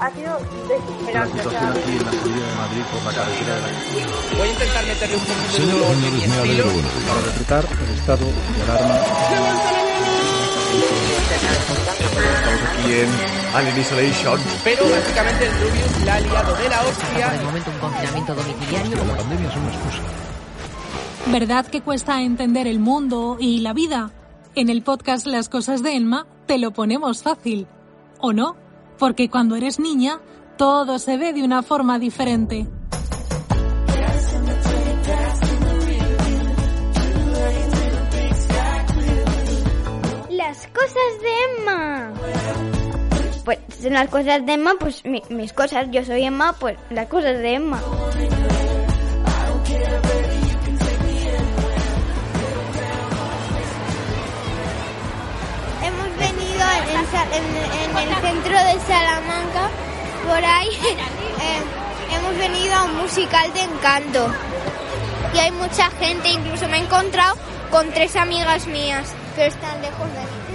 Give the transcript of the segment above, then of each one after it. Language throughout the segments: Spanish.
ha sido desesperante. La situación aquí en la salida de Madrid por la carretera de la Voy a intentar meterle un poquito de Señoras y humor y señores, me estilo. alegro. pues, Para decretar el estado de alarma. Estamos aquí en Alien Isolation. Pero básicamente el Rubius la ha liado de la Por el hostia. momento un confinamiento domiciliario. La pandemia es una excusa. ¿Verdad que cuesta entender el mundo y la vida? En el podcast Las cosas de Elma te lo ponemos fácil. ¿O no? Porque cuando eres niña, todo se ve de una forma diferente. Las cosas de Emma. Pues en las cosas de Emma, pues mi- mis cosas, yo soy Emma, pues las cosas de Emma. Hemos venido en, el centro de Salamanca, por ahí Eh, hemos venido a un musical de encanto. Y hay mucha gente, incluso me he encontrado con tres amigas mías, pero están lejos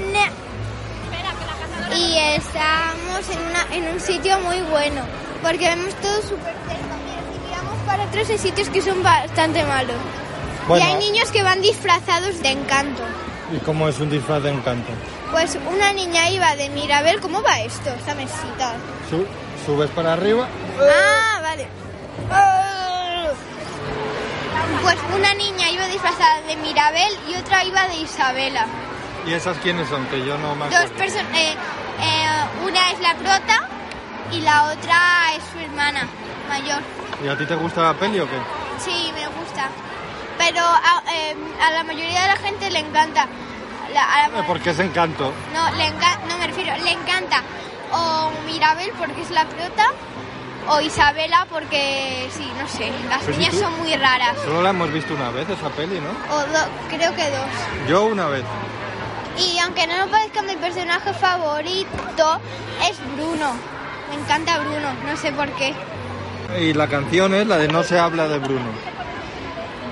de aquí. Y estamos en, una- en un sitio muy bueno, porque vemos todo súper cerca. Y miramos para otros sitios que son bastante malos. Bueno. Y hay niños que van disfrazados de encanto. ¿Y cómo es un disfraz de encanto? Pues una niña iba de mira, a ver cómo va esto, esta mesita. Su- subes para arriba. Ah, vale. Pues una niña iba disfrazada de Mirabel y otra iba de Isabela. ¿Y esas quiénes son? Que yo no me Dos acuerdo. personas, una es la prota y la otra es su hermana mayor. ¿Y a ti te gusta la peli o qué? Eh, Sí, me gusta. Pero a, eh, a la mayoría de la gente le encanta. La- a la Eh, ma- Porque es encanto. no, le enca- no me refiero, le encanta o Mirabel porque es la prota o Isabela porque sí, no sé, las Pero si niñas tú- son muy raras. Solo la hemos visto una vez esa peli, ¿no? O do- creo que dos. Yo una vez. Y aunque no lo parezca, mi personaje favorito es Bruno. Me encanta Bruno, no sé por qué. Y la canción es la de No se habla de Bruno.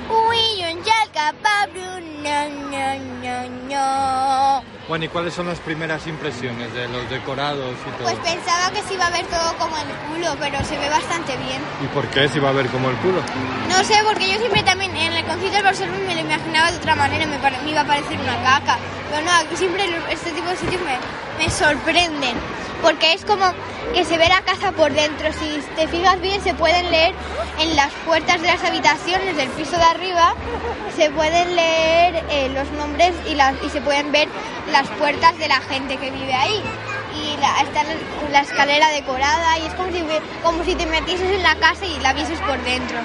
Uy, un yalca pa' Bruno, no, no, no. Bueno, ¿y cuáles son las primeras impresiones de los decorados y todo? Pues pensaba que se iba a ver todo como el culo, pero se ve bastante bien. ¿Y por qué si va a ver como el culo? No sé, porque yo siempre también en el concierto del Barcelona me lo imaginaba de otra manera, me, pare- me iba a parecer una caca. Pero no, aquí siempre lo- este tipo de sitios me, me sorprenden, porque es como que se ve la casa por dentro. Si te fijas bien, se pueden leer en las puertas de las habitaciones del piso de arriba, se pueden leer eh, los nombres y, las, y se pueden ver las puertas de la gente que vive ahí. Y la, está la, la escalera decorada y es como si, ve- como si te metieses en la casa y la vieses por dentro.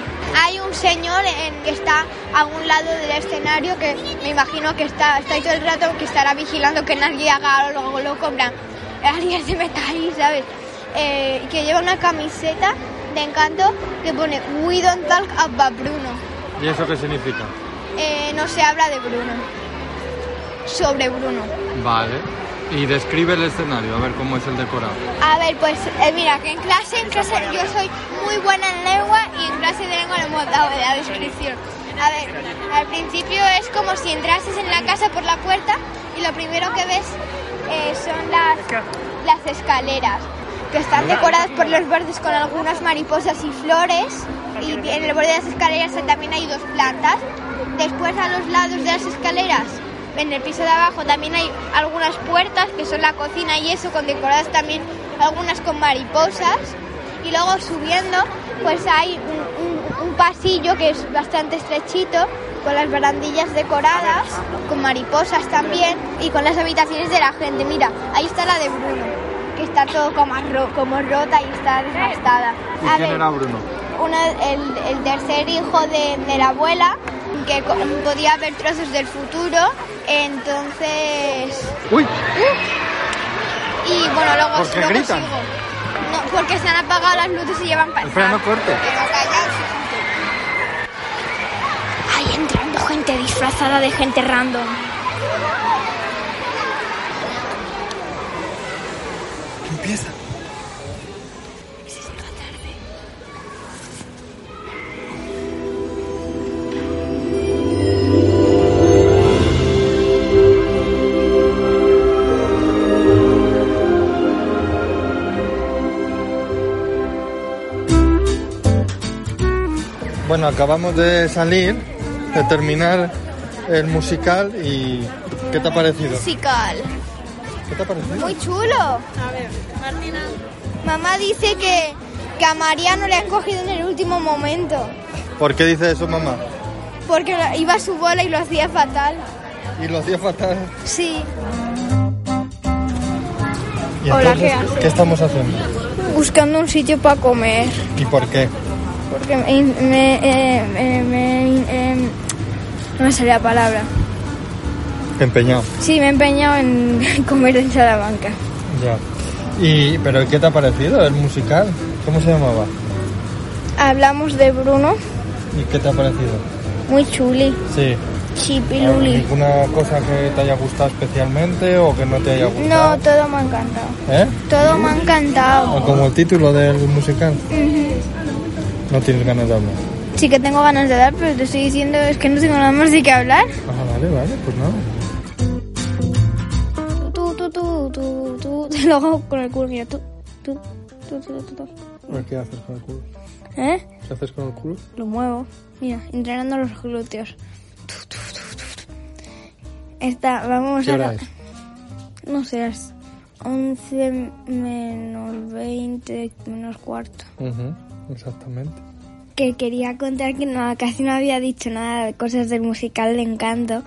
Hay un señor en, que está a un lado del escenario que me imagino que está, está ahí todo el rato que estará vigilando que nadie haga algo loco, en plan, alguien se meta ahí, ¿sabes? Eh, que lleva una camiseta de encanto que pone We don't talk about Bruno. ¿Y eso qué significa? Eh, no se habla de Bruno. Sobre Bruno. Vale. Y describe el escenario, a ver cómo es el decorado. A ver, pues eh, mira, que en clase, en clase yo soy muy buena en lengua y en clase de lengua le hemos dado la descripción. A ver, al principio es como si entrases en la casa por la puerta y lo primero que ves eh, son las, las escaleras, que están decoradas por los bordes con algunas mariposas y flores. Y en el borde de las escaleras también hay dos plantas. Después a los lados de las escaleras en el piso de abajo también hay algunas puertas que son la cocina y eso, con decoradas también algunas con mariposas. Y luego subiendo, pues hay un, un- un pasillo que es bastante estrechito, con las barandillas decoradas, con mariposas también, y con las habitaciones de la gente. Mira, ahí está la de Bruno, que está todo como, arro- como rota y está desgastada. ¿Y A quién ver, era Bruno? uno, el, el tercer hijo de, de la abuela, que co- podía ver trozos del futuro. Entonces. ¡Uy! Y bueno, luego, ¿Por qué luego gritan? sigo. No, porque se han apagado las luces y llevan para. Espera, no corte. Ahí entrando gente disfrazada de gente random. Empieza. Bueno, acabamos de salir, de terminar el musical y ¿qué te ha parecido? musical. ¿Qué te ha parecido? Muy chulo. A ver, Martina. Mamá dice que, que a Mariano le han cogido en el último momento. ¿Por qué dice eso mamá? Porque lo- iba a su bola y lo hacía fatal. Y los días fatal. Sí. ¿Y Hola, entonces, ¿qué haces? ¿Qué estamos haciendo? Buscando un sitio para comer. ¿Y por qué? Porque me. me, eh, eh, me, eh, no me sale la palabra. Empeñado. Sí, me he empeñado en comer en Salamanca. Ya. ¿Y pero qué te ha parecido el musical? ¿Cómo se llamaba? Hablamos de Bruno, ¿Y qué te ha parecido? muy chuli, Sí. chipiluli. ¿Alguna cosa que te haya gustado especialmente o que no te haya No, gustado? todo me ha encantado. ¿Eh? Todo me ha encantado. ¿O como el título del musical? No tienes ganas de hablar. Sí que tengo ganas de dar, pero te estoy diciendo es que no tengo nada más de qué hablar. Ah, vale, vale, pues no. Tú, tú, tú, tú, tú. Lo hago con el culo, mira, tú, tú, tú, tú, tú, tú. ¿Qué haces con el culo? ¿Eh? ¿Qué haces con el culo? Lo muevo. Mira, entrenando los glúteos. Tú, tú, tú, tú, tú. Esta, vamos a... la- No sé, las 11 menos 20 menos cuarto. Exactamente. Que quería contar que no, casi no había dicho nada de cosas del musical de Encanto.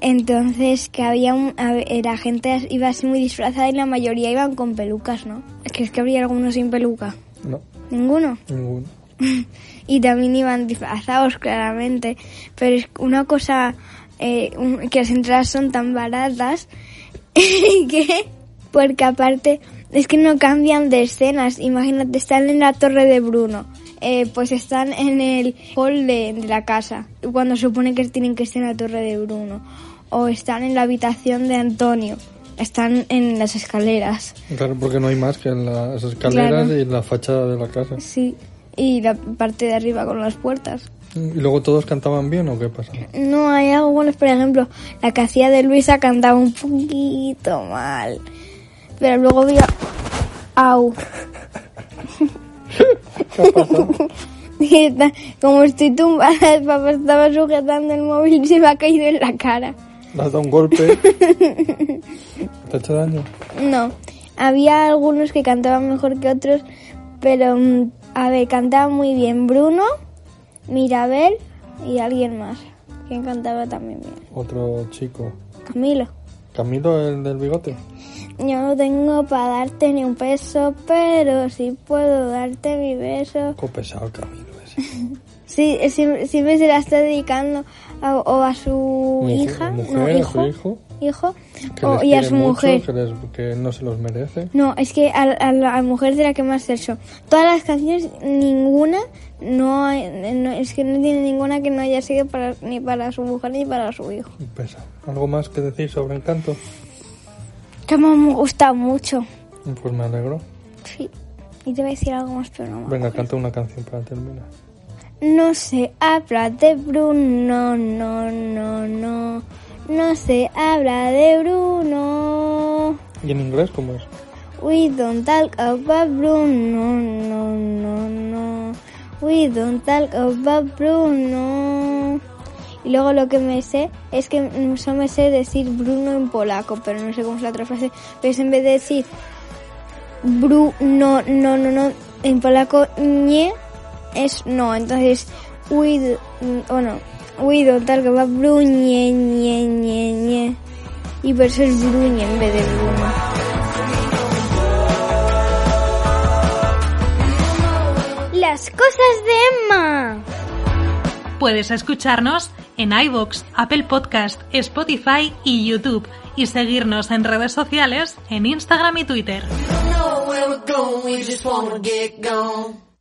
Entonces, que había un, hab- eh, la gente iba así muy disfrazada y la mayoría iban con pelucas, ¿no? Es que es que habría algunos sin peluca. No, Ninguno. ninguno. y también iban disfrazados claramente pero es una cosa eh, un- que las entradas son tan baratas que porque aparte es que no cambian de escenas imagínate están en la torre de Bruno eh, pues están en el hall de, de la casa cuando se supone que tienen que estar en la torre de Bruno o están en la habitación de Antonio están en las escaleras Claro, porque no hay más que en las escaleras Claro. y en la fachada de la casa. sí y la parte de arriba con las puertas ¿Y luego todos cantaban bien o qué pasaba? No, hay algunos, por ejemplo, la que hacía de Luisa cantaba un poquito mal. Pero luego vi a... Au. Y esta- Como estoy tumbada, el papá estaba sujetando el móvil y se me ha caído en la cara. ¿Le has dado un golpe? ¿Te ha hecho daño? No, había algunos que cantaban mejor que otros, pero mm, a ver, cantaban muy bien Bruno, Mirabel y alguien más, que cantaba también bien. Otro chico. Camilo. ¿Camilo, el del bigote? Yo no tengo para darte ni un peso, pero sí puedo darte mi beso. Qué pesado Camilo ese. Sí, eh, siempre, siempre se la está dedicando a, o a su Mujer- hija, mujer, no, a su hijo, hijo. hijo, Que o- les y a quiere su mucho, mujer. Que, les- que no se los merece. No, es que a, a la mujer de la que más sexo. Todas las canciones, ninguna, no, hay- no- es que no tiene ninguna que no haya sido para, ni para su mujer ni para su hijo. Qué pesado. ¿Algo más que decir sobre Encanto? Que me gusta mucho. Pues me alegro. Sí. Y te voy a decir algo más, pero no. me Venga, canta una canción para terminar. No se habla de Bruno, no, no, no. No se habla de Bruno. ¿Y en inglés cómo es? We don't talk about Bruno, no, no, no. We don't talk about Bruno. Y luego lo que me sé es que mm, solo me sé decir Bruno en polaco, pero no sé cómo es la otra frase. Pero es en vez de decir Bruno, no, no, no, en polaco ñe es no. Entonces, we, do- mm, o no, we don't talk about Bruno, ñe, ñe, ñe, ñe. Y por eso es Bruñe en vez de Bruno. Las cosas de Emma. Puedes escucharnos en iVoox, Apple Podcast, Spotify y YouTube y seguirnos en redes sociales en Instagram y Twitter. know where we're going, we just wanna get gone.